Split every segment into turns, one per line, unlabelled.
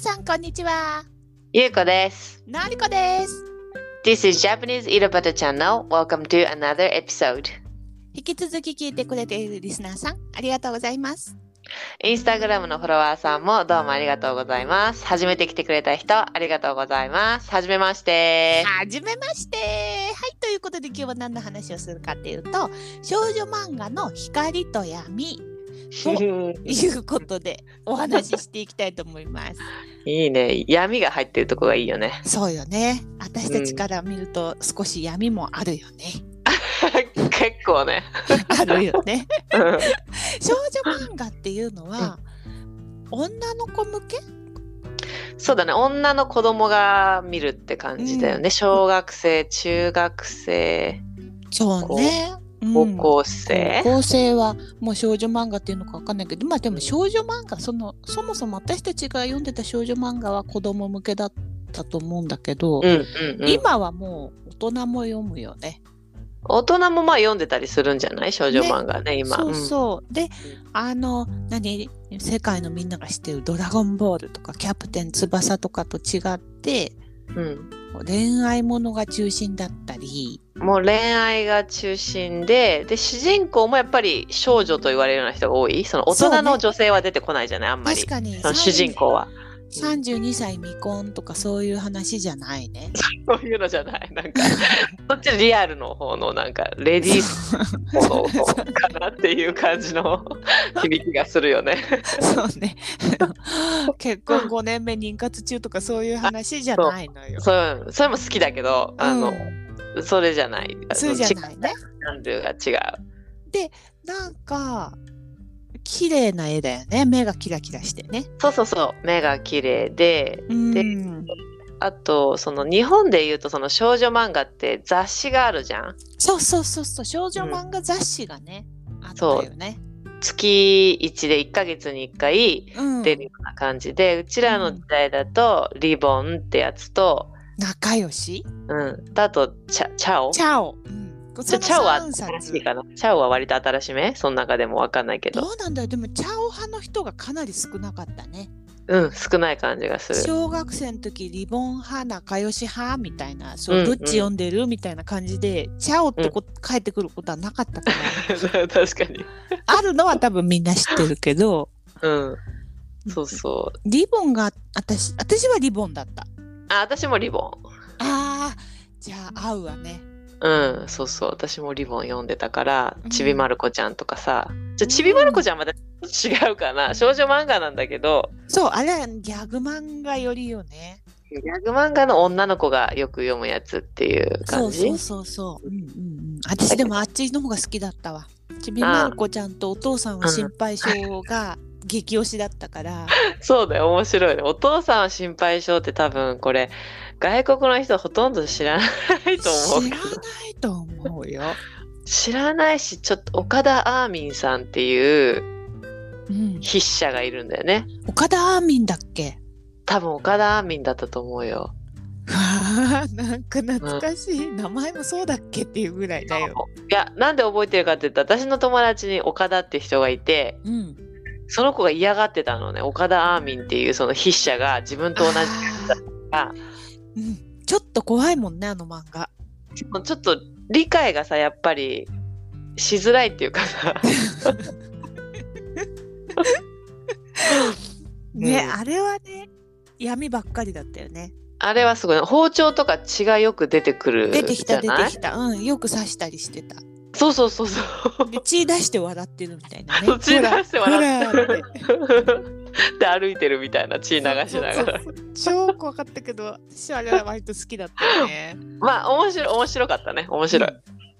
さんこんにちは。
ゆうこです。
のりこです。
This is Japanese Eat a Butter Channel. Welcome to another episode.
引き続き聞いてくれているリスナーさん、ありがとうございます。
インスタグラムのフォロワーさんもどうもありがとうございます。初めて来てくれた人、ありがとうございます。はじめ まして。
はじめまして。はい、ということで今日は何の話をするかっていうと、少女漫画の光と闇ということでお話ししていきたいと思います。
いいね。闇が入ってるとこがいいよね。
そうよね。私たちから見ると少し闇もあるよね。
結構ね。
あるよね。
うん
少女漫画っていうのは、女の子向け
そうだね。女の子供が見るって感じだよね。小学生、中学生、
そうね。
高
うん
校生。
構成はもう少女漫画っていうのかわかんないけどまあでも少女漫画そのそもそも私たちが読んでた少女漫画は子供向けだったと思うんだけど、
うんうんうん、
今はもう大人も読むよね。
大人もまあ読んでたりするんじゃない少女漫画ね今
そうそう、であの何世界のみんなが知ってる「ドラゴンボール」とか「キャプテン翼」とかと違って
うんうん、
恋愛ものが中心だったり
もう恋愛が中心でで主人公もやっぱり少女と言われるような人が多いその大人
そう
の
ね
女性は出てこないじゃないあんまり
確かに
その主人公は
32歳未婚とかそういう話じゃないね。
そういうのじゃないなん かそっちリアルの方のなんかレディースの方かなっていう感じの 響きがするよね
そう ね。結婚5年目妊活中とかそういう話じゃないのよ。
そうそれも好きだけどあの、
うん
それじゃないあの
そうじゃないね
違う。ジャンルが違う
なんか綺麗な絵だよね。目がキラキラしてね。
そうそうそう目が綺麗で
うん。
あとその日本でいうとその少女漫画って雑誌があるじゃん
そうそうそうそう。少女漫画雑誌がね、あったよね。
月1で1ヶ月に1回
うん。
出るような感じで、うちらの時代だとリボンってやつと、
仲良し。
うん、あとチャチャオ
チャオ。うん。
チャチャオは
その三
新し
冊
いかなチャオは割と新しめその中でもわかんないけ
ど
ど、
うなんだよ。でもチャオ派の人がかなり少なかったね。
うん、少ない感じがする
小学生の時リボン派仲良し派みたいなそううんどっち読んでるみたいな感じで「チャオ」ってこ書いてくることはなかったか
確かに、
らあるのは多分みんな知ってるけど
うん、そうそう
リボンが私私はリボンだった
あ私もリボン
あーじゃあ合うわね
うん、そうそう、私もリボン読んでたから
うん、
ちびまる子ちゃんとかさ、じゃあちびまる子ちゃんはまた違うかな、少女漫画なんだけど、
そうあれはギャグ漫画よりよね
ギャグ漫画の女の子がよく読むやつっていう
そ
感
う
じ。
そうそうそう、うんうんうん、私でもあっちの方が好きだったわちびまる子ちゃんとお父さんは心配性が激推しだったから
そうだよ、面白いね。お父さんは心配性って多分これ、外国の人ほとんど知らない と思う
知らないと思うよ
知らないし、ちょっと岡田アーミンさんっていう
うん、
筆者がいるんだよね。
岡田アーミンだっけ
多分岡田アーミンだったと思うよ。
わあなんか懐かしい、名前もそうだっけっていうぐらいだよ。
いや、なんで覚えてるかって言ったら、私の友達に岡田って人がいて、
うん、
その子が嫌がってたのね岡田アーミンっていうその筆者が自分と同じだから
うん、ちょっと怖いもんねあの漫画。
ちょっと理解がさやっぱりしづらいっていうか さ
ね、
うん
あれはね闇ばっかりだったよね。
あれはすごい包丁とか血がよく出てくる
出てき
じ
た
ゃ
出
な
て
い
きた、うん、よく刺したりしてた。
そうそうそう そう
で血出して笑ってるみたいなね。
そう 血出して笑
ほらほらって
で歩いてるみたいな血流しながら
そうそうそう超怖かったけど私はあれは割と好きだったよね。
まあ面白い面白かったね面白い、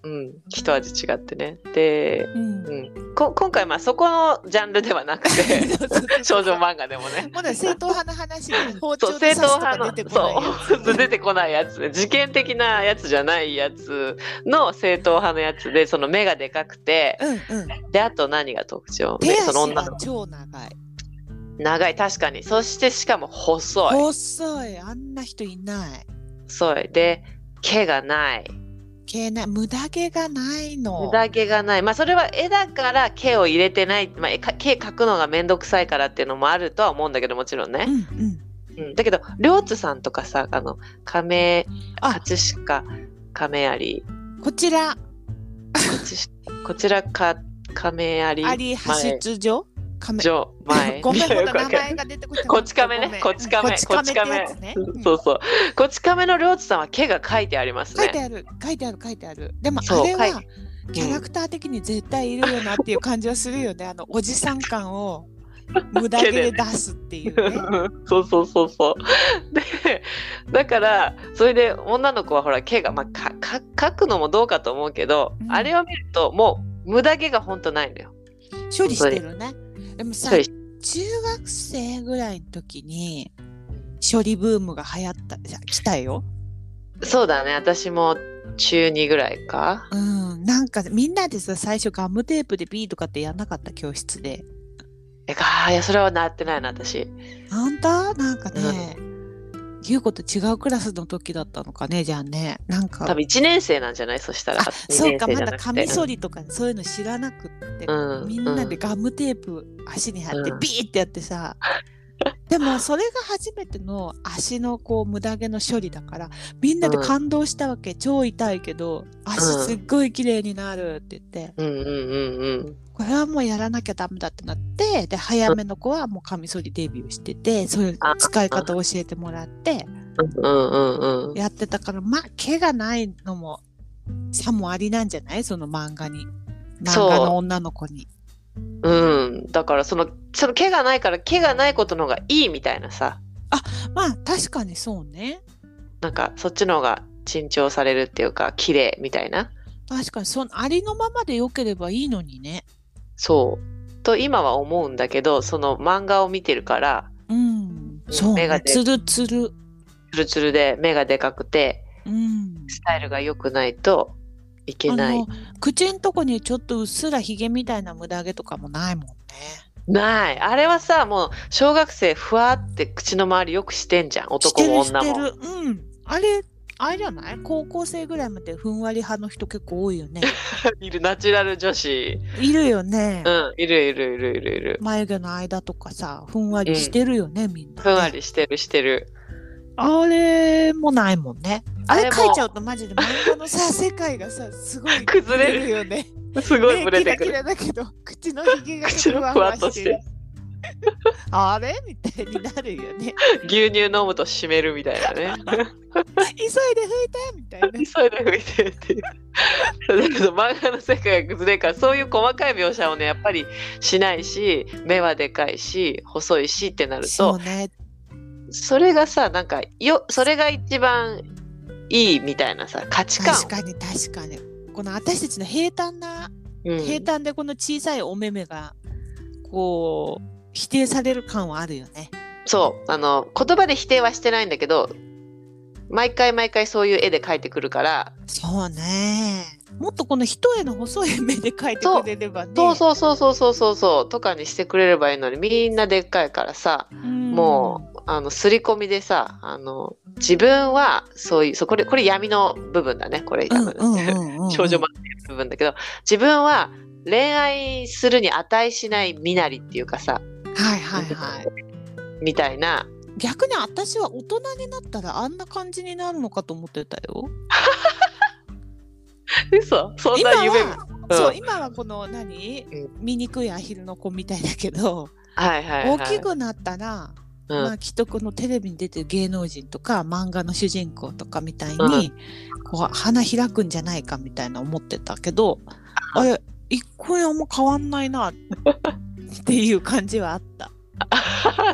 うん一味違ってねで、
うん。
うん、こ今回まあそこのジャンルではなく て
そうそうそう
少女漫画でもね
まだ正統派の話で包丁
そう
で刺
正
すと
統
か
派の
出てこないやつ
そう 出てこないやつね事件的なやつじゃないやつの正統派のやつでその目がでかくて
うんうん。
であと何が特徴
手
で
足
その女
が
の
超長い。
長い確かにそしてしかも細い
細い。あんな人いない。
細いで毛がない
毛ない。無駄毛がないの。
枝毛がないまあそれは絵だから毛を入れてない、まあ、絵か毛描くのが面倒くさいからっていうのもあるとは思うんだけどもちろんね
うんうん。
うんだけど、りょうつさんとかさ、あの、亀、
あ
葛飾、亀有、
こちら
葛飾こちらか、亀有、
あり派
前、
出所亀
上、前、
ごめん、
いや
こ
よ
の
くわ
名
かんない
前が出てこない。
こっち亀
ごめ
ね、
ん
こっち亀、こ
こ
っ
っ
ち
ち
亀
亀ってやつね。うん
そうそう。こっち亀のりょうつさんは毛が書いてあります
書いて
ね。
ある、書いてある、書いてある。でも、
そう
あれ
書い
はキャラクター的に絶対いるよなっていう感じはするよね。あの、おじさん感を無駄毛で出すっていう ね。
そうそうそうそう。で、だから、それで女の子はほら、毛が、まあ、か、か、書くのもどうかと思うけど、
うん
あれを見ると、もう、無駄毛がほんとないのよ。
処理してるね。でもさ、
処理
中学生ぐらいの時に処理ブームが流行った、じゃ来たよ。
そうだね、私も中2ぐらいか。
うん、なんかみんなでさ、最初ガムテープでビーとかってやんなかった教室で。
えか、あーいや、それはなってないな、私。
あんたなんかね、優子と違うクラスの時だったのかね、じゃあね。なんか。
多分1年生なんじゃないそしたら。
あそうか
二年生
ま
じゃ
だ
なく
カ
て
ミソリとかそういうの知らなくって、
うん
みんなでガムテープ足に貼って
うん
ビーってやって さ、でもそれが初めての足のこう無駄毛の処理だからみんなで感動したわけ、超痛いけど足すっごい綺麗になるって言って、
うんうんうんうん。
これはもうやらなきゃダメだってなってで早めの子はもうカミソリデビューしててそういう使い方を教えてもらって
うんうんうん。
やってたからまあ毛がないのもさもありなんじゃないその漫画に漫
そう
画の女の子に
うん、だからそのその毛がないから毛がないことの方がいいみたいなさ
まあ確かにそうね
なんかそっちの方が珍重されるっていうか綺麗みたいな
確かにそのありのままで良ければいいのにね
そうと今は思うんだけどその漫画を見てるから
うんそう
目が
ねつ
出
るつる
ツルツルで目がでかくて
うん
スタイルが良くないといけ
あ
ない
の口んとこにちょっとうっすらひげみたいなムダ毛とかもないもんね
ないあれはさもう小学生ふわって口の周りよくしてんじゃん男も
してる
女
して
も
るうんあれあれじゃない高校生ぐらいまでふんわり派の人結構多いよ ね
いるナチュラル女子
いるよね、
うんいるいるいるいるいる
眉毛の間とかさふんわりしてるよね、みんなね、
ふんわりしてるしてる
あれもないもんねあ
あれ
れ
も
書いちゃうとマジで漫画のさ世界がさすごい
崩れる
ブレよね
すごいブレてく
キ
る
ラキラだけど口のひげが
口のふわっとしてる
あれみたいになるよね
牛乳飲むと湿るみたいなね
急いで拭いてみたいな
急いで拭いてっていうだけど漫画の世界が崩れるからそういう細かい描写をねやっぱりしないし目はでかいし細いしってなる
そう
と
ね
それがさなんかよそれが一番いいみたいなさ価値観
確かに確かにこの私たちの平坦な、
うん
平坦でこの小さいお目目がこう否定される感はあるよね
そうあの言葉で否定はしてないんだけど毎回毎回そういう絵で描いてくるから、
そうね。もっとこの一重の細い目で描いてくれればね。
そうそうそうそうそうそうそうとかにしてくれればいいのにみんなでっかいからさ
うん
もうあの刷り込みでさあの自分はそういうそうこれこれ闇の部分だねこれ、
うんうんうんうん、
少女漫画の部分だけど自分は恋愛するに値しない身なりっていうかさ
はいはいはい。
みたいな
逆に私は大人になったらあんな感じになるのかと思ってたよ。
嘘そん
今
な夢
は、
うん
そう今はこの何
う
醜いアヒルの子みたいだけど、
はいはい、は
大
い、
きくなったら、
うん
まあ、きっとこのテレビに出てる芸能人とか漫画の主人公とかみたいに、こう花開くんじゃないかみたいな思ってたけどあれ一個やも変わんないなっていう感じはあった。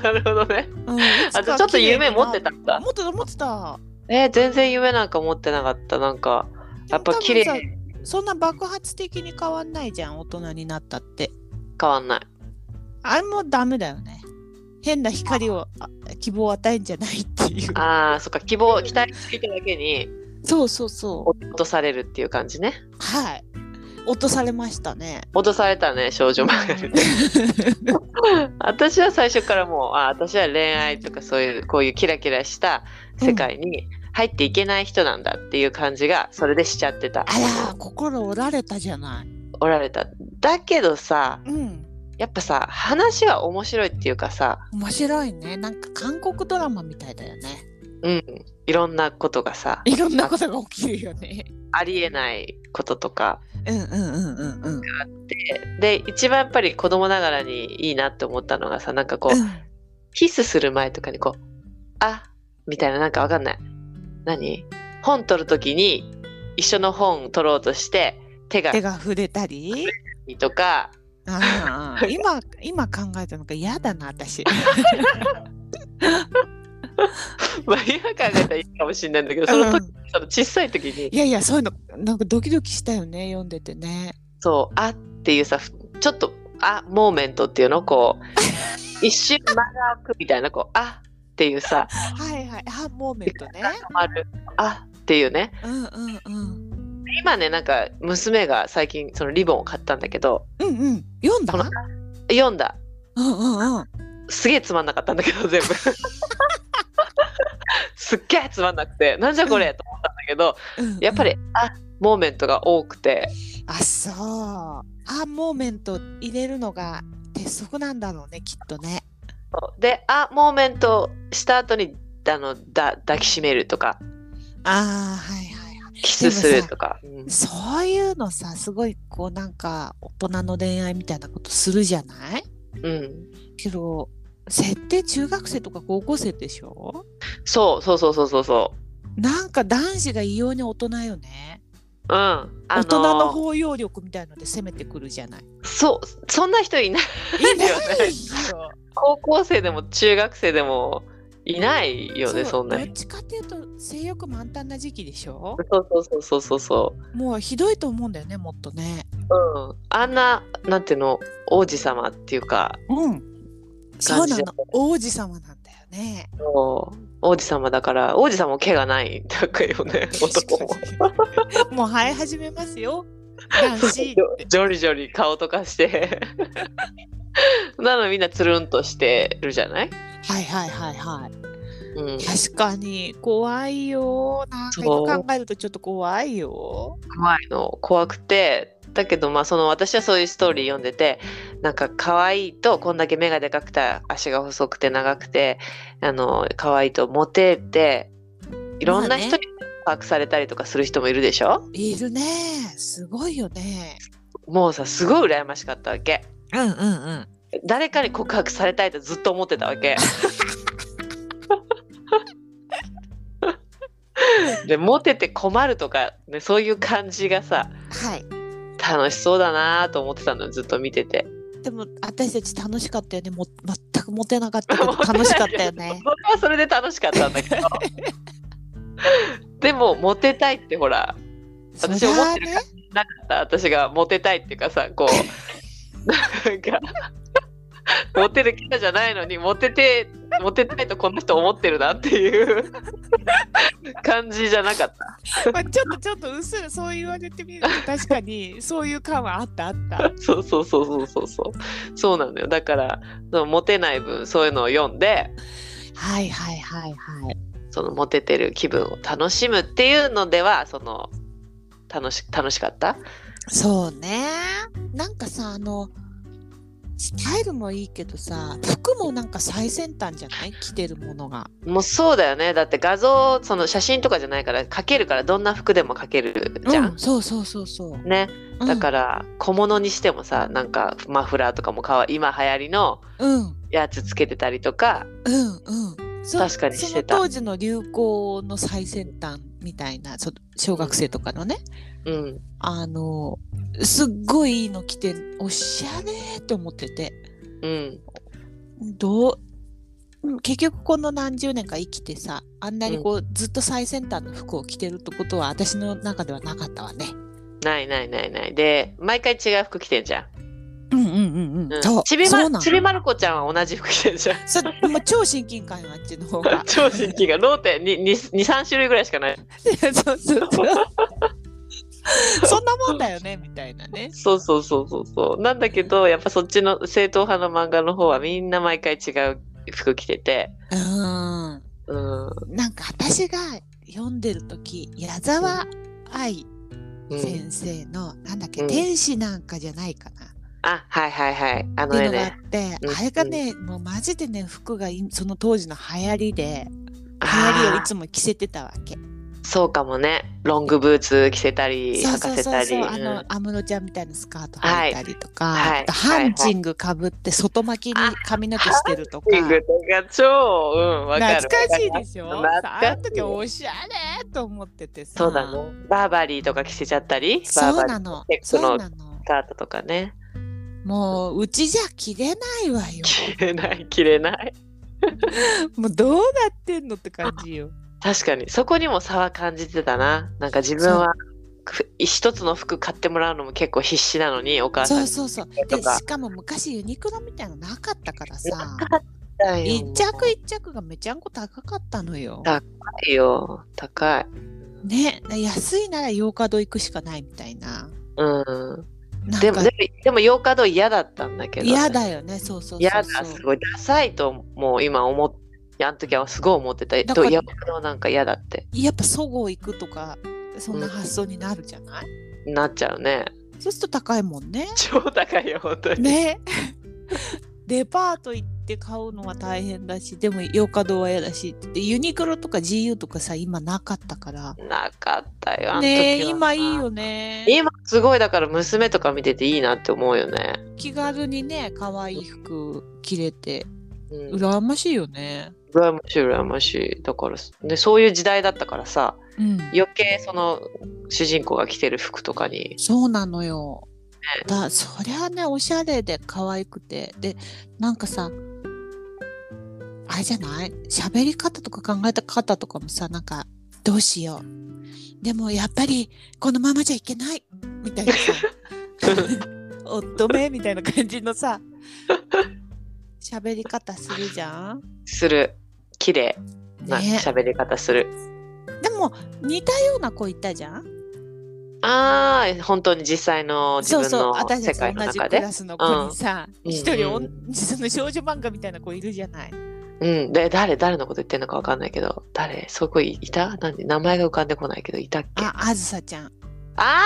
なるほどね
うん、
あじゃあちょっと夢持って
た
たんだ
持ってた持ってた
えー全然夢なんか持ってなかったなんかやっぱ綺
でも多
麗
分さそんな爆発的に変わんないじゃん大人になったって
変わんない
あれもダメだよね変な光をあ希望を与えんじゃないって いう
あーそっか希望期待していただけに
そうそうそ
落とされるっていう感じね
うはい落とされましたね
落とされたね少女漫画で私は最初からもうあ私は恋愛とかそういうこういうキラキラした世界に入っていけない人なんだっていう感じがそれでしちゃってた
あら心折られたじゃない
おられただけどさ
うん
やっぱさ話は面白いっていうかさ、
面白いね。なんか韓国ドラマみたいだよね。
うん、いろんなことがさ
いろんなことが起きるよね。
ありえないこととか
うんうんうんうんうん。
で一番やっぱり子供ながらにいいなって思ったのがさなんかこう、
うん
キスする前とかにこう「あみたいななんかわかんない何本取る時に一緒の本取ろうとして手が
手が触れたり。
とか
ああ今今考えたのが嫌だな私。
まあ今考えたらいいかもしれないんだけどその時、その小さい時に
いやいやそういうのなんかドキドキしたよね読んでてね。
そう「あ」っていうさふちょっと「あ」モーメントっていうのこう一瞬間が空くみたいなこう「あ」っていうさ
はいはいあモーメントね。
止まる「あ」っていうね
うんうんうん。
今ねなんか娘が最近そのリボンを買ったんだけど
うんうん読んだ
この。読んだ
うんうんうん。
すげえつまんなかったんだけ ど全部すっげえつまんなくてなんじゃこれと思ったんだけど
うんうん
やっぱり「あ」モーメントが多くて
あそうあモーメント入れるのが鉄則なんだろうねきっとね。
で「あ」モーメントした後にあのだ抱きしめるとか
ああはいはいはい。
キスするとか。うん
そういうのさすごいこうなんか大人の恋愛みたいなことするじゃない
うん、
けど設定中学生とか高校生でしょ
そうそうそうそうそうそ
なんか男子が異様に大人よね、
う。うん、あの
大
ー
人の包容力みたいので攻めてくるじゃない
そうそんな人いない
いないよ
高校生でも中学生でもいないよね
そ、
そうんな
どっ
人
ちかっていうと性欲満タンな時期でしょ
そうそうそうそうそう
もうひどいと思うんだよねもっとね
そう、うん、あんななんていうの王子様っていうか
うんそうな
感じ
の
だ
王子様なんだよね
もう王子様だから王子様も毛がないんだよ ね男も
ももう生え始めますよ男子って
ジョリジョリ顔とかして なのにみんなつるんとしてるじゃない、
はいはいはいはい
うん、
確かに怖いよなんか
そう
今考えるとちょっと怖いよ
怖いの怖くてだけどまあその私はそういうストーリー読んでてなんか可愛いとこんだけ目がでかくて足が細くて長くてあの可愛いとモテていろんな人に把握されたりとかする人もいるでしょ、
いるねすごいよね
もうさすごい羨ましかったわけ
うんうんうん
誰かに告白されたいとずっと思ってたわけでモテて困るとか、ね、そういう感じがさ
はい
楽しそうだなと思ってたのよずっと見てて
でも私たち楽しかったよねもう全くモテなかったけ ど楽しかったよね
それはそれで楽しかったんだけ どでもモテたいってほら
そ
私
りゃ
思っ
あ
てる
ね
なかった私がモテたいっていうかさこうなんかモテるキャラじゃないのにモテてモテたいとこの人思ってるなっていう感じじゃなかった
まあちょっとちょっとうっすらそう言われてみると確かにそういう感はあったあった
そうそうそうそうそうそうそうなんだよだからそのモテない分そういうのを読んで
はいはいはいはい
そのモテてる気分を楽しむっていうのではその楽し楽しかった
そうねなんかさあのスタイルもいいけどさ服もなんか最先端じゃない着てるものが
もうそうだよねだって画像その写真とかじゃないから描けるからどんな服でも描けるじゃ、
うんそうそうそうそう
ねだから小物にしてもさなんかマフラーとかもかわいい今流行りの
うんうん
やつつけてたりとか
うんうんそ
確かにしてた
その当時の流行の最先端みたいなそ小学生とかのね
うん
あのすっごいいいの着ておしゃれって思ってて
うん
どううん結局この何十年か生きてさあんなにこう、ずっと最先端の服を着てるってことは私の中ではなかったわね。
ないないないないで毎回違う服着てんじゃ
うんうんうん
ん、うん、
そう
ちび
そうな
ま
の
ちびまる子ちゃんは同じ服着てんじゃん
そもう超親近感よあっちの方 が。
超人気が0.23種類ぐらいしかない
そうそうそう。そんなもんだよねみたいなね。
そうそうそうそうそうなんだけどやっぱそっちの正統派の漫画の方はみんな毎回違う服着てて
うん。な
うん、うん
んか私が読んでる時矢沢愛先生の、なんだっけ、
うん
天使なんかじゃないかな。
あはいはいはいあ
っ
の
ていう
絵
のがあっ
ね
て、
うん
あれがね、もうマジでね服がいその当時の流行りで流行りをい
あー
つも着せてたわけ。
そうかもねロングブーツ着せたり
そう
履
そ
か
う
せ
そ
た
う
り
そうう、
ん
あの
あ
安室ちゃんみたいなスカート
は
履
い
いたりとか、
はい
あと
は
ハ
いはい
ンチングかぶって外巻きに髪の毛してるとか。
リングとか超うんわかる
懐かしいでしょ
わかる
さあの時
懐かしい
おしゃれと思っててさ
そうだねバーバリーとか着せちゃったりバ
そ
ーバ
う
リ
な
ー
の
結
そ
構
う
の
なの
スカートとかね
もううちじゃ着れないわよ
着れない着れない
もうどうなってんのって感じよ
確かにそこにも差は感じてたななんか自分はく一つの服買ってもらうのも結構必死なのにお母さん
そう
に
そうそう
と
で
か
しかも昔ユニクロみたいなのなかったからさ
だよ
一着一着がめちゃんこ高かったのよ
高いよ高い
ね安いならヨーカドー行くしかないみたいな
うん
な
で
ん
も
か
でもでもヨーカドー嫌だったんだけどね、
嫌だよねそうそうそうそう
嫌だすごいダサいともう今思っあの時はすごい思ってた
だから
とヨーカドーなんか嫌だって
やっぱそごう行くとかそんな発想になるじゃない、
なっちゃうね
そうすると高いもんね
超高いよ本当に、
ね デパート行って買うのは大変だしでもヨーカドーは嫌だしってユニクロとか GU とかさ今なかったから
なかったよあの時は
ねえ今いいよね
今すごいだから娘とか見てていいなって思うよね、
気軽にね可愛い服着れて
うん、
羨ましいよね
羨ましい羨ましいだからでそういう時代だったからさ
うん
余計その主人公が着てる服とかに
そうなのよだそりゃねおしゃれで可愛くてでなんかさあれじゃない喋り方とか考えた方とかもさなんかどうしようでもやっぱりこのままじゃいけないみたいなさ夫めみたいな感じのさ喋り方するじゃん
する綺麗な
ね
喋り方する、
でも似たような子いたじゃん
ああ本当に実際の自
そう
分
そう
の
私
世
たち
界
と
の
同じ
中
ク
で
ラスの子にさ
うん
一、人おん
う
その少女漫画みたいな子いるじゃない
うんで誰誰のこと言ってんのかわかんないけど誰そこいいた何名前が浮かんでこないけどいたっけあ
ああずさちゃん
あ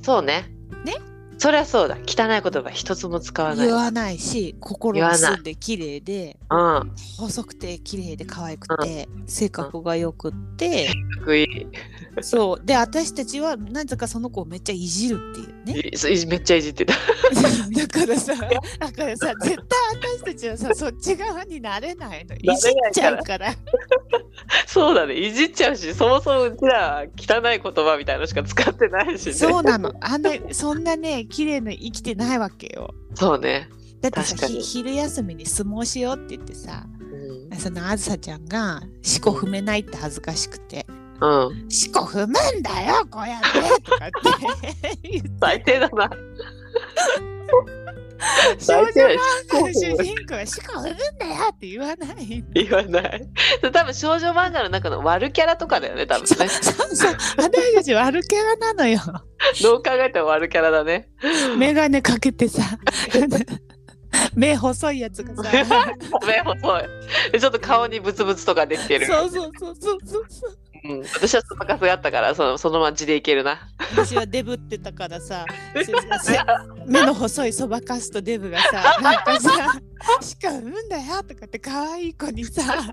ーそうね
ね
そりゃそうだ汚い言葉一つも使わない
言わないし心
言
が
わない
澄んで綺麗で
うん
細くて綺麗で可愛くて、性格が良くって、
得意
そうで私たちはなぜかその子をめっちゃいじるっていう ね
いいめっちゃいじってた
だからさだからさ絶対私たちはさそっち側になれないのい
なれない
じ
か
っ
ら
ちゃうから
そうだねいじっちゃうしそもそもうちら汚い言葉みたいなのしか使ってないしね
そうな のあんなそんなね綺麗な生きてないわけよ
そうね、
だってさ
確かに
ひ昼休みに相撲しようって言ってさ
うん
そのあずさちゃんが「しこ踏めない」って恥ずかしくて
う
「
ん、
しこ踏むんだよこうやって」とかって 言って
最低だな
少女
最低だよ
漫画の主人公は「しこ踏むんだよ」って言わない
言わない多分少女漫画の中の悪キャラとかだよね多 分
そ
ね
うそうそう私たち悪キャラな のよ
どう考えても悪キャラだね
眼鏡かけて さ目細いやつがさ
目細い でちょっと顔にブツブツとかできてる
そうそうそうそうそうそう
うん、私はそのカスがあったからそのそのまんじでいけるな
私はデブってたからさせせ目の細いそばかすとデブがさなんか さ「しか産むんだよ」とかって可愛い子にさ
も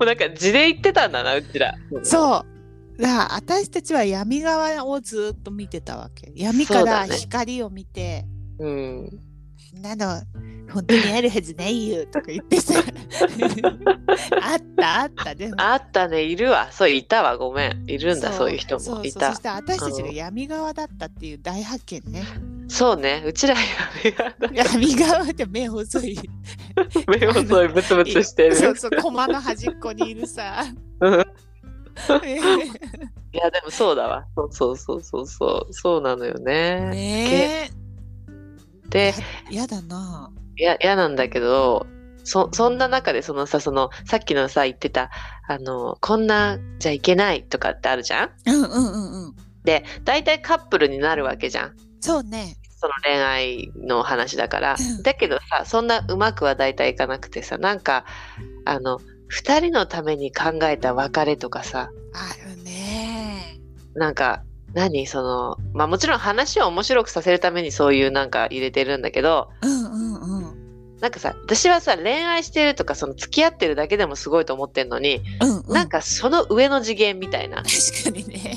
うなんか地で言ってたんだなうちら
そうだから私たちは闇側をずっと見てたわけ闇か
そうだ
ら
ね
光を見て
う、うん、
「そんなの本当にあるはずないよ」とか言って さ「あったあった」でも
あったねいるわそういたわごめんいるんだそういう人
そうそ
も
う
い
そ
た
して私たちが闇側だったっていう大発見 ね
そうね、うちらや
闇側って目細い
目をそうブツブツして る。
そうそう、駒の端っこにいるさ。
うん
ね
いやでもそうだわ。そうそうそうそうそうそうなのよね。
え。
で
やだな。
いや嫌なんだけど。そそんな中でそのさそのさっきのさ言ってたあのこんなじゃいけないとかってあるじゃん
うんうんうんうん。
で大体カップルになるわけじゃん
そうね。
その恋愛の話だから
うん
だけどさそんなうまくは大体いかなくてさなんかあの2人のために考えた別れとかさ
あるね。
なんか何そのまあもちろん話を面白くさせるためにそういうなんか入れてるんだけど
うんうんうん
なんかさ私はさ恋愛してるとかその付き合ってるだけでもすごいと思ってんのに、
うんうん
なんかその上の次元みたいな
確かにね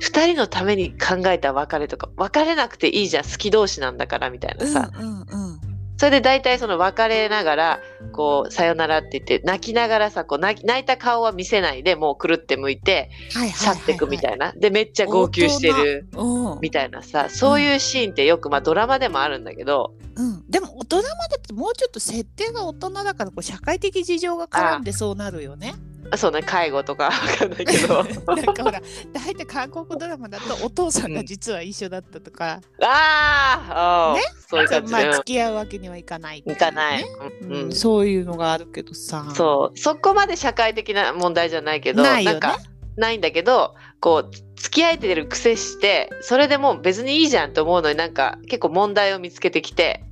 2人のために考えた別れとか別れなくていいじゃん好き同士なんだからみたいなさ、
うんうんうん
それで大体その別れながらこう「さよなら」って言って泣きながらさこう泣き泣いた顔は見せないでもうくるって向いて
はいはいはいはい
去ってくみたいな、でめっちゃ号泣してる
うん
みたいなさそういうシーンってよくまあドラマでもあるんだけど
うん、でもドラマだってもうちょっと設定が大人だからこう社会的事情が絡んでそうなるよね。
そうね介護とかわかんないけ ど
なんかほら大体韓国ドラマだとお父さんが実は一緒だったとか、
あーあー、
ね
そういう感じ
まあ
で
付き合うわけにはいかないってう
い
ね
かない、う
うん
んうん
そういうのがあるけどさ
そうそこまで社会的な問題じゃないけど
ないよね
んかないんだけどこう付き合えてる癖してそれでもう別にいいじゃんと思うのになんか結構問題を見つけてき て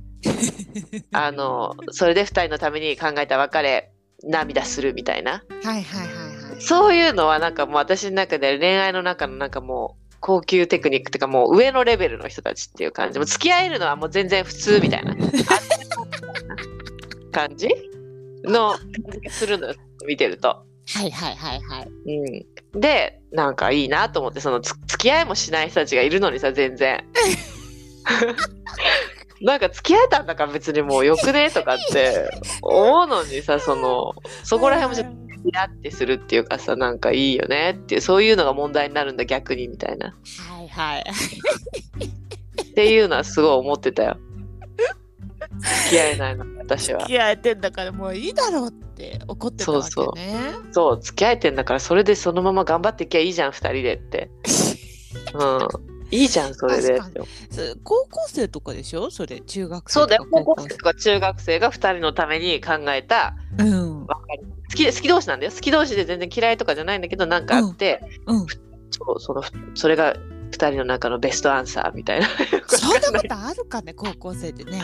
あのそれで2人のために考えた別れ涙するみたいな
はいはいはいはい。
そういうのはなんかもう私の中で恋愛の中のなんかもう高級テクニックとかもう上のレベルの人たちっていう感じもう付き合えるのはもう全然普通みた いな感じの感じがするのよ見てると。
はいはいはいはい。
うん、でなんかいいなと思ってそのつ付き合いもしない人たちがいるのにさ全然なんか付き合えたんだから別にもうよくねとかって思うのにさそのそこら辺もちょっと
も
イラってするっていうかさなんかいいよねっていうそういうのが問題になるんだ逆にみたいな
はいはい。
っていうのはすごい思ってたよ付き合えないの私は
付き合えてんだからもういいだろうって怒ってたわけね。
そうそう付き合えてんだからそれでそのまま頑張っていきゃいいじゃん2人でってうんいいじゃんそれで
確かそう 高校生とかでしょそれ中学生
そう
と
だ
か
よ高校生とか中学生が2人のために考えた
うん
好き好き同士なんだよ好き同士で全然嫌いとかじゃないんだけどなんかあって、
うん
そうそのそれが2人の中のベストアンサーみたいな
そんなことあるかね高校生でね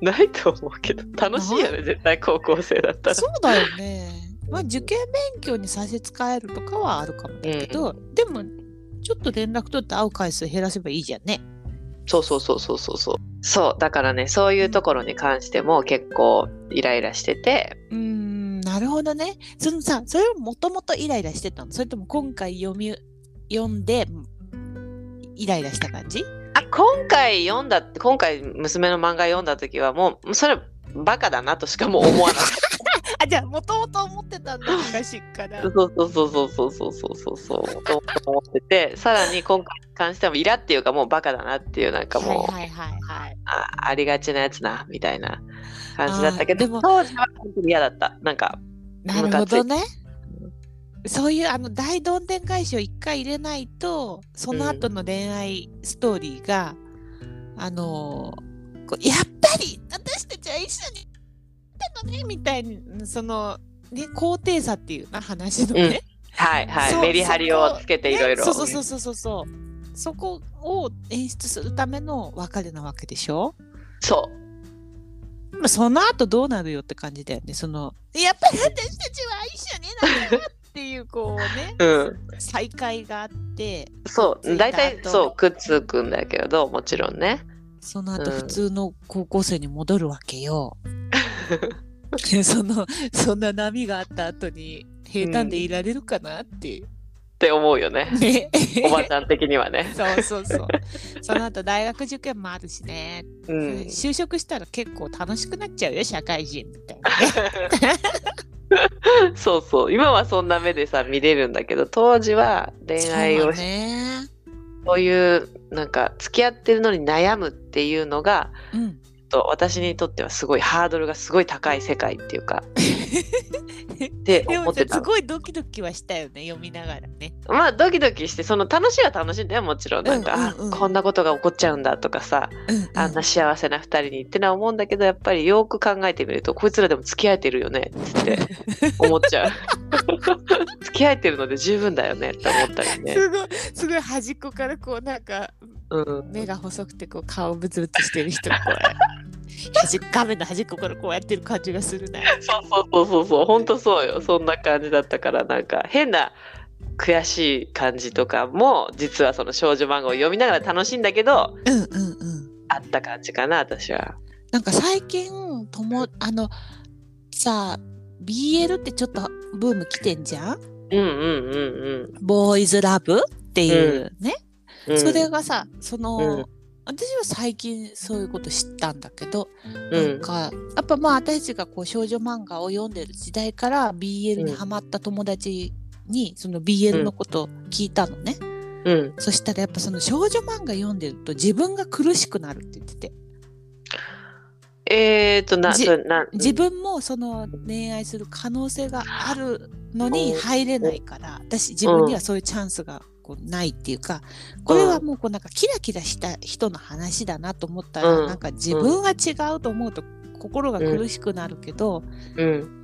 ないと思うけど楽しいよね絶対高校生だったら
そうだよねまあ受験勉強に差し支えるとかはあるかもだけど、でもちょっと連絡取って会う回数減らせばいいじゃんね
そうそうそうそうそうそうそうだからねそういうところに関しても結構イライラしてて
うーんなるほどねそのさそれもともとイライラしてたのそれとも今回読み読んでイライラした感じ
あ今回読んだ今回娘の漫画読んだ時はもうそれバカだなとしかもう思わなかった
あじゃあもともと思ってたんだ昔から
そうそうそうそうそうそうそうそうそうと思っててさらに今回に関してもイラっていうかもうバカだなっていうなんかもう、
はいはいはいはい
あありがちなやつなみたいな感じだったけ
あーで
ど
も
当時は本当に嫌だったなんか
なるほどね。そういうあの大どんでん返しを一回入れないとその後の恋愛ストーリーが、あのーこうやっぱり私たちは一緒にだのねみたいにその、ね、高低差っていうな話のね。
はいは
そう
いメリハリをつけていろいろ
ねそうそうそうそうそう。そこを演出するための別れなわけでしょ
そう
まあ、その後どうなるよって感じだよね。そのやっぱり私たちは一緒になるよっていうこうね
うん
再会があって
そう大体
ツイッターと
そうくっつくんだけどもちろんね
その後
うん
普通の高校生に戻るわけよ。そのそんな波があった後に平坦でいられるかなっていう。
って思うよね
ね
おばちゃん的にはね
そうそうそう。その後大学受験もあるしね。
うん
就職したら結構楽しくなっちゃうよ社会人みたいなね。
そうそう今はそんな目でさ見れるんだけど当時は恋愛
そう
を
だ
し
ね。
そういうなんか付き合ってるのに悩むっていうのが
うん。
ちょっと私にとってはすごいハードルがすごい高い世界っていう かって
で
思
も
って
す
た
ごいドキドキはしたよね読みながらね。
まあドキドキしてその楽しいは楽しいんだよもちろんなんか、
うんうんうん
あこんなことが起こっちゃうんだとかさ
うんうん
あんな幸せな2人にってのは思うんだけどやっぱりよく考えてみるとこいつらでも付き合えてるよねって 思っちゃう付き合えてるので十分だよねって思ったりね、
すごいすごい端っこからこうなんか
うん、
目が細くてこう顔ブツブツしてる人こう端画面の端っこからこうやってる感じがするな。
そうそうそうそうそう本当そうよそんな感じだったからなんか変な悔しい感じとかも実はその少女漫画を読みながら楽しいんだけど
うんうんうん。
あった感じかな私は。
なんか最近ともあのさ BL ってちょっとブーム来てんじゃん
うんうんうん
ボーイズラブっていうね、
うん。
それがさその、
うん
私は最近そういうこと知ったんだけど、
う
なん
ん
かやっぱまあ私たちがこう少女漫画を読んでる時代から BL にハマった友達にその BL のことを聞いたのね、
うん。
そしたらやっぱその少女漫画読んでると自分が苦しくなるって言ってて
えーとな
じ
それな
自分もその恋愛する可能性があるのに
うん
入れないから私自分にはそういうチャンスがこうないっていうかこれはもうこうなんかキラキラした人の話だなと思ったら
うん
なんか自分は違うと思うと心が苦しくなるけど
うん。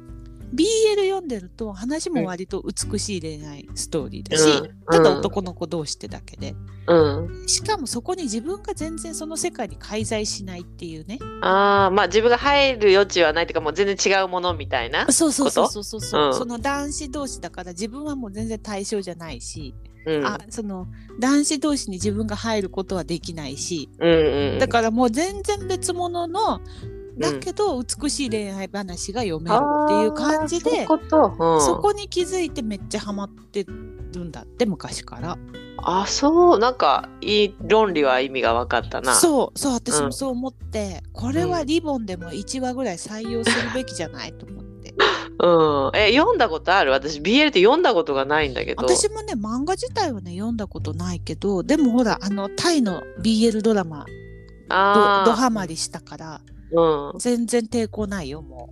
BL 読んでると話も割と美しい恋愛ストーリーだし
うん
ただ男の子同士ってだけで
うん。
しかもそこに自分が全然その世界に介在しないっていうね
ああまあ自分が入る余地はないというかもう全然違うものみたいな。
そうそうそう
こと
そうそうそう、
うん
その男子同士だから自分はもう全然対象じゃないし、
うん
あその男子同士に自分が入ることはできないし
うんうん。
だからもう全然別物の
ん
だけど美しい恋愛話が読めるっていう感じで、
あーそういうことうん
そこに気づいてめっちゃハマってるんだって昔から
あそうなんかいい論理は意味が分かったな。
そうそう私
う
も
ん
そう思って、これはリボンでも1話ぐらい採用するべきじゃないと思って
うん、え読んだことある私 BL って読んだことがないんだけど
私もね漫画自体はね読んだことないけどでもほらあのタイの BL ドラマど
あ
ど
ー
ハマりしたから
うん、
全然抵抗ないよも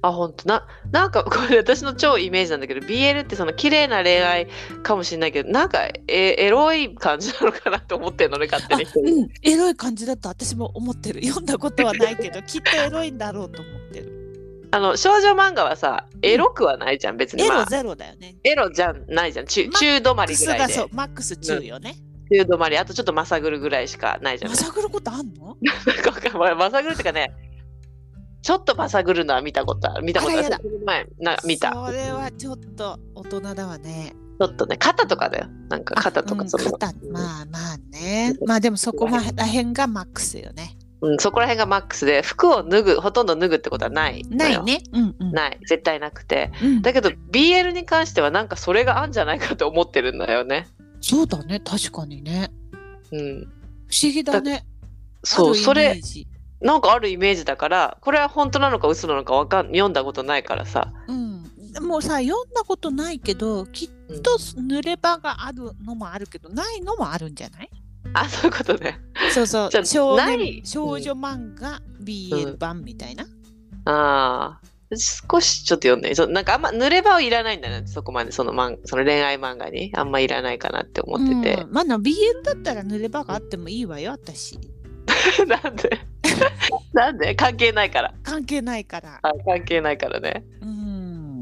あ本当ななんか これ私の超イメージなんだけど BL ってその綺麗な恋愛かもしれないけどなんかえエロい感じなのかなと思ってんのね勝手
うあ
に。
うんエロい感じだと私も思ってる読んだことはない けどきっとエロいんだろうと思ってる
あの少女漫画はさエロくはないじゃん別に、
エ
ま
ロ
あ、
ゼロだよね
エロじゃないじゃん中
マッ
中止ま
マッ
り
ク
ぐ
ス
らい
が
で
そう
中
マックス中よね
止まりあとちょっとまさぐるぐらいしかないじゃん
ま。 さぐることあんの
なんかわかんないまさぐるってかねちょっとまさぐるのは見たことある見たことある
あらやだ
その前な見た。
それはちょっと大人だわね
ちょっとね、肩とかだよ。なんか肩と
う
か
ん
その、
肩まあまあねまあでもそこら辺がマックスよね
うん、そこら辺がマックスで、服を脱ぐ、ほとんど脱ぐってことはない。
ない。ねうんうん
ない。絶対なくて。
うん
だけど、BL に関してはなんかそれがあんじゃないかと思ってるんだよね。
そうだね確かにね
うん。
不思議だね
そう、そ
あるイメ
れ
ー、ジ
なんかあるイメージだから、これは本当なのか嘘なのかわかん、読んだことないからさ。
うんでもうさ読んだことないけどきっと濡れ場があるのもあるけどないのもあるんじゃない
あ、そういうことね。
そうそう
じゃあ
少
な
年
い
少女漫画 BL 版みたいな、
ああ。少しちょっと読んで、そうなんかあんま濡れ場はいらないんだなそこまで、その漫その恋愛漫画にあんまいらないかなって思ってて。
うんまあな BL だったら濡れ場があってもいいわよ私
なんでなんで関係ないから。
関係ないから
あ関係ないからね。
うん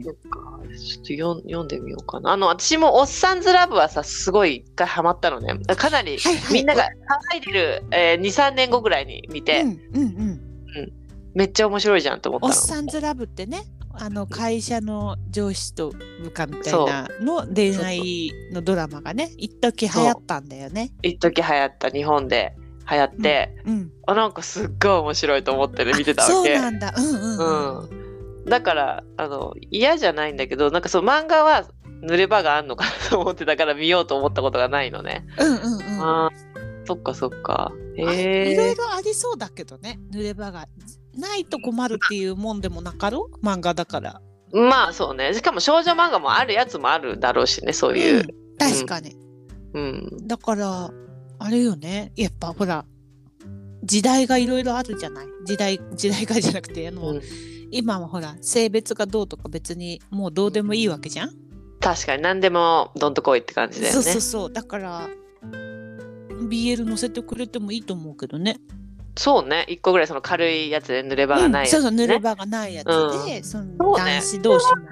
そっかちょっと読ん読んでみようかな。あの、私も「おっさんずラブ」はさ、すごい一回ハマったのね。かなり、
はいはい
みんなが騒いでる、えー、2、3年後ぐらいに見て、
うんうんうん
めっちゃ面白いじゃんと思った
おっ
の。
さんずラブってねあの会社の上司と部下みたいなの恋愛のドラマがね一時流行ったんだよね
一時流行った日本で流行って、
うん
あなんかすっごい面白いと思ってね、見てた
あ
わけ。
そうなんだ。うんうんうん。
うん、だからあの嫌じゃないんだけどなんかその漫画は濡れ場があんのかなと思ってだから見ようと思ったことがないのね。
うんうんうん。あ
あーそっかそっか。
いろ
え
い
ー、
ろありそうだけどね、濡れ場が。ないと困るっていうもんでもなかろう漫画だから。
まあそうね。しかも少女漫画もあるやつもあるだろうしね、そういう
う。ん確かに。
うん。
だから、あれよね、やっぱほら、時代がいろいろあるじゃない時代、時代がじゃなくて、あの、
うん
今はほら、性別がどうとか別にもうどうでもいいわけじゃん、
確かに何でもどんとこいって感じだよ
そう
ね。
そうそう。だから、BL 載せてくれてもいいと思うけどね。
そうね。一個ぐらいその軽いやつで濡れ場がないやつ、
うん、そうそう濡れ
ね。
場がないやつで、その
そうね
男子同士も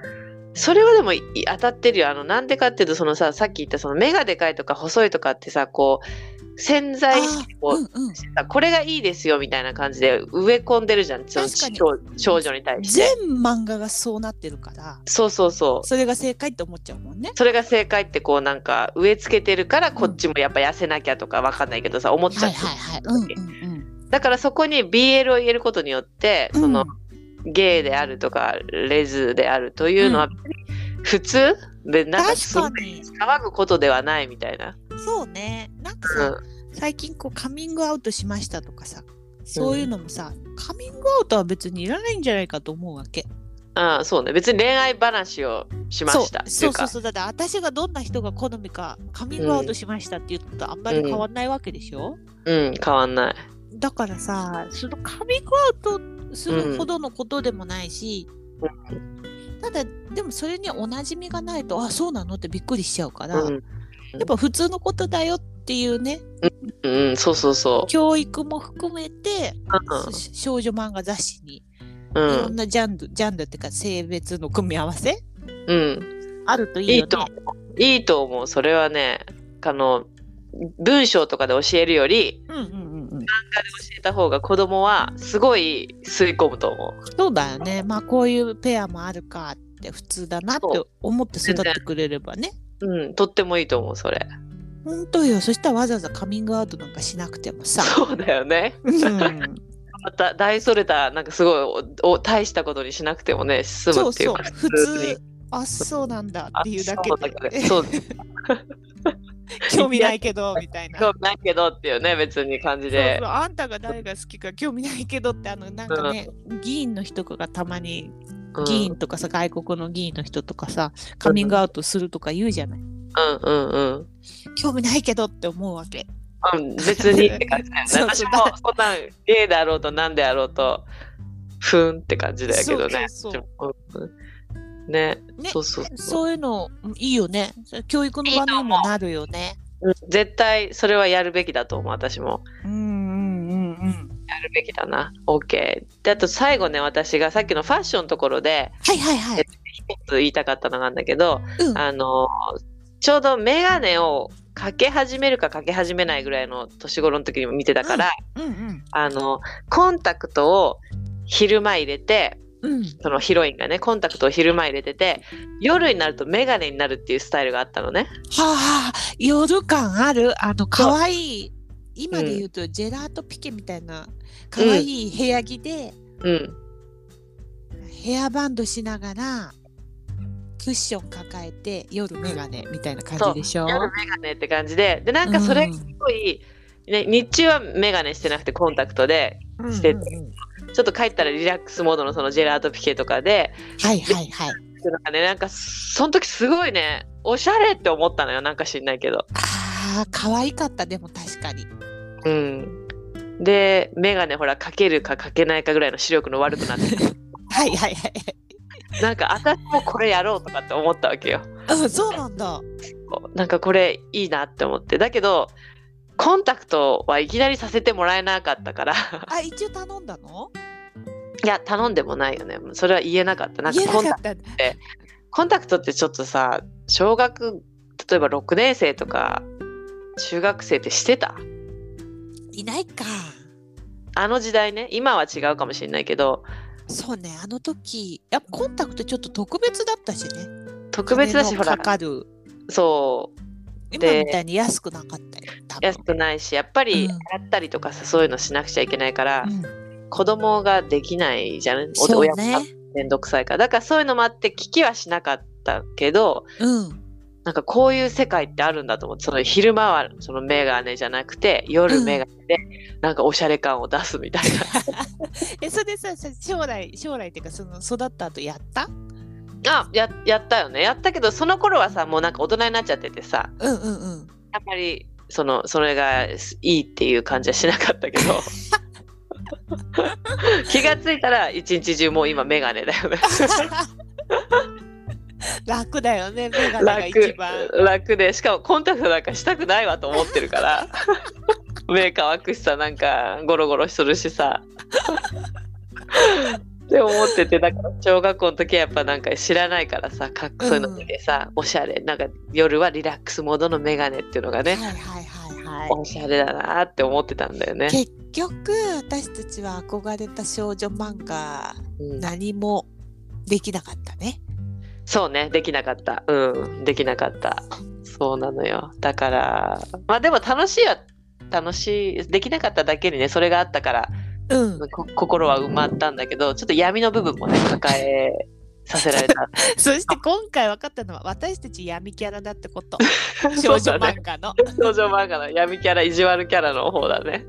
それはでもい当たってるよ。あの、なんでかっていうと、そのさ、さっき言った、その目がでかいとか細いとかってさ、こう、潜在意識
あー
を
うんうん、
さこれがいいですよみたいな感じで植え込んでるじゃん、その
確かに
少少女に対して。
全漫画がそうなってるから
そうそうそう。
それが正解って思っちゃうもんね。
それが正解ってこうなんか植え付けてるからこっちもやっぱ痩せなきゃとかわかんないけどさ思っちゃ
は
っ
い
て、
はいはい。うんうんうん。
だからそこに BL を入れることによってその、ゲイであるとかレズであるというのは
う
普通でなんかすご
確か
い
に
騒ぐことではないみたいな。
そうね。なんか
う
さ、
ん
最近こうカミングアウトしましたとかさそういうのもさ、カミングアウトは別にいらないんじゃないかと思うわけ。
ああそうね別に恋愛話をしま
そう
したってい
そううそ
か
うそうだって私がどんな人が好みかカミングアウトしましたって言うとあんまり変わんないわけでしょ、
うん変わんない
だからさそのカミングアウトするほどのことでもないし、ただでもそれにおなじみがないとあそうなのってびっくりしちゃうから、
う
や
ん
っぱ普通のことだよっていうね
うんうんそうそうそ
教育も含めて、
う
少女漫画雑誌に
うん
いろんなジャンル、ジャンルっていうか性別の組み合わせ
うん、うん、
あるといい
い
よ
いと
ね
思。ういいと思うそれはねあの文章とかで教えるより
うんうんうんうん。
教えた方が子供はすごい吸い込むと思う
そうだよね。まあこういうペアもあるかって普通だなって
そう
思って育ってくれればね。
うんとってもいいと思うそれ
本当よ。そしたらわざわざカミングアウトなんかしなくてもさ。
そうだよね
うん
また大それたなんかすごいおお大したことにしなくてもね進
そ
む
う
ってい
そうう
か。
普
に
通。あ、そうなんだっていうだけ
あそうだけ
で
どそう
興味ないけどみたいな。
興味ないけどっていうね別に感じで
そうそうあんたが誰が好きか興味ないけどってあのなんかね、議員の人がたまに
うん
議員とかさ、外国の議員の人とかさカミングアウトするとか言うじゃない、
うんうんうん
興味ないけどって思うわけ
うん別にって感じだよね
そう
私
そう
もそんなんゲイであろうとなんであろうとふーんって感じだけどね
そうそう
うんうんね
ね
そうそうそう
そういうのうんいいよねそれ教育の場面にもなるよね
うん絶対それはやるべきだと思う私も
うんうんうんうん
やるべきだな OK であと最後ね私がさっきのファッションのところで
はいはいはい、
一つ言いたかったのがあるんだけど
うん、
あのちょうど眼鏡をかけ始めるかかけ始めないぐらいの年頃の時にも見てたから、
うん
あのコンタクトを昼間入れて
うんうん
そのヒロインがねコンタクトを昼間入れてて夜になると眼鏡になるっていうスタイルがあったのね
はあ夜感あるあの可愛い今で言うとジェラートピケみたいな可愛い部屋着で、
うん
ヘアバンドしながらクッション抱えて夜メガネみたいな感じでしょ
夜眼鏡って感じででなんかそれがすごい、ね、日中は眼鏡してなくてコンタクトでしてて
うんうんうん
ちょっと帰ったらリラックスモードのそのジェラートピケとかで
はいはいはい
なんかねなんかその時すごいねおしゃれって思ったのよなんか知んないけど。
あー可愛かったでも確かに
うん、で眼鏡ほらかけるかかけないかぐらいの視力の悪くなって
はいはいはい
なんか私もこれやろうとかって思ったわけよ。
うんそうなんだ
こうなんかこれいいなって思ってだけどコンタクトはいきなりさせてもらえなかったから
あ一応頼んだの
いや頼んでもないよねそれは言えなかったなんか
言え
コン
な
タ
かった
コンタクトってちょっとさ小学例えば6年生とか中学生ってしてた
いないか
あの時代ね今は違うかもしれないけど
そうねあの時やっぱコンタクトちょっと特別だったしね
特別だし
金
ほ
の
ら
かかる
そう
今みたいに安くなかったよ多分
安くないしやっぱり
うん
洗ったりとかさ、そういうのしなくちゃいけないから、
うん
子供ができないじゃんお
そう
親が
ね
面倒くさいからだからそういうのもあって聞きはしなかったけど
うん
なんかこういう世界ってあるんだと思ってその昼間はそのメガネじゃなくて夜メガネでなんかおしゃれ感を出すみたい
えそれでささ将来将来っていうかその育った後やった
な、あややったよねやったけどその頃はさもうなんか大人になっちゃっててさ
うんうん うん
あんまりそのそれがいいっていう感じはしなかったけど気がついたら一日中もう今メガネだよね
楽だよね、メガネが一
楽
番。
楽でしかもコンタクトなんかしたくないわと思ってるから 目乾くしさなんかゴロゴロするしさって思っててだから小学校の時はやっぱなんか知らないからさかっこいいのでさ、おしゃれなんか夜はリラックスモードのメガネっていうのが
はい
ね、
はいはいはい。
おしゃれだなって思ってたんだよね。
結局私たちは憧れた少女漫画
うん
何もできなかったね。
そうねできなかったうんできなかったそうなのよだからまあでも楽しいは楽しいできなかっただけにねそれがあったから
うん、
こ心は埋まったんだけどちょっと闇の部分もね抱えさせら れた
そして今回分かったのは私たち闇キャラだってこと。
そ
少
う
女
だね
漫画 の。
少女漫画の闇キャラ意地悪キャラの方だ ね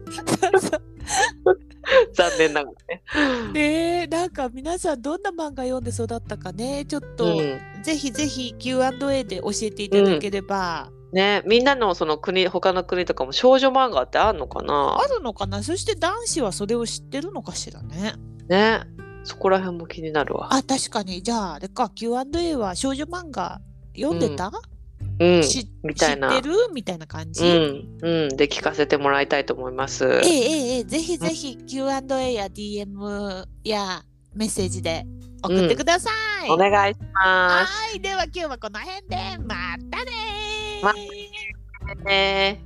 残念ながらね
ねえなんか皆さんどんな漫画読んで育ったかねちょっと、
うん
ぜひぜひ Q&A で教えていただければ、
ね、みんなのその国他の国とかも少女漫画ってあんのかな
あるのかなそして男子はそれを知ってるのかしらね。
ねそこら辺も気になるわ。
あ確かにじゃああれか Q&A は少女漫画読んでた、
うん、
し
みたいな
知ってるみたいな感じ。
うん、うん、で聞かせてもらいたいと思います
え。えええええぜひぜひ Q&A や DM やメッセージで送ってください。
お願いしま
は
す。
い、では今日はこの辺でまたねー
まね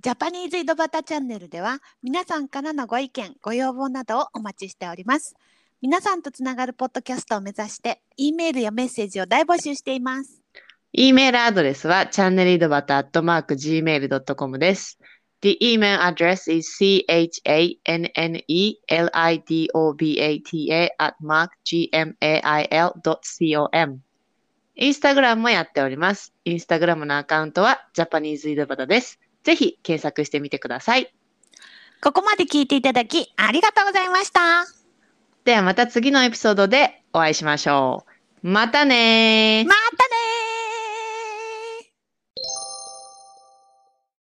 ジャパニーズ井戸端チャンネルでは皆さんからのご意見ご要望などをお待ちしております皆さんとつながるポッドキャストを目指して E メールやメッセージを大募集しています
E メールアドレスは channelidobata.gmail.com です。The email address is chanelidobata at mark gmail.com。インスタグラムもやっております。インスタグラムのアカウントはジャパニーズ井戸端です。ぜひ検索してみてください。
ここまで聞いていただきありがとうございました
ではまた次のエピソードでお会いしましょう。またねー。
またね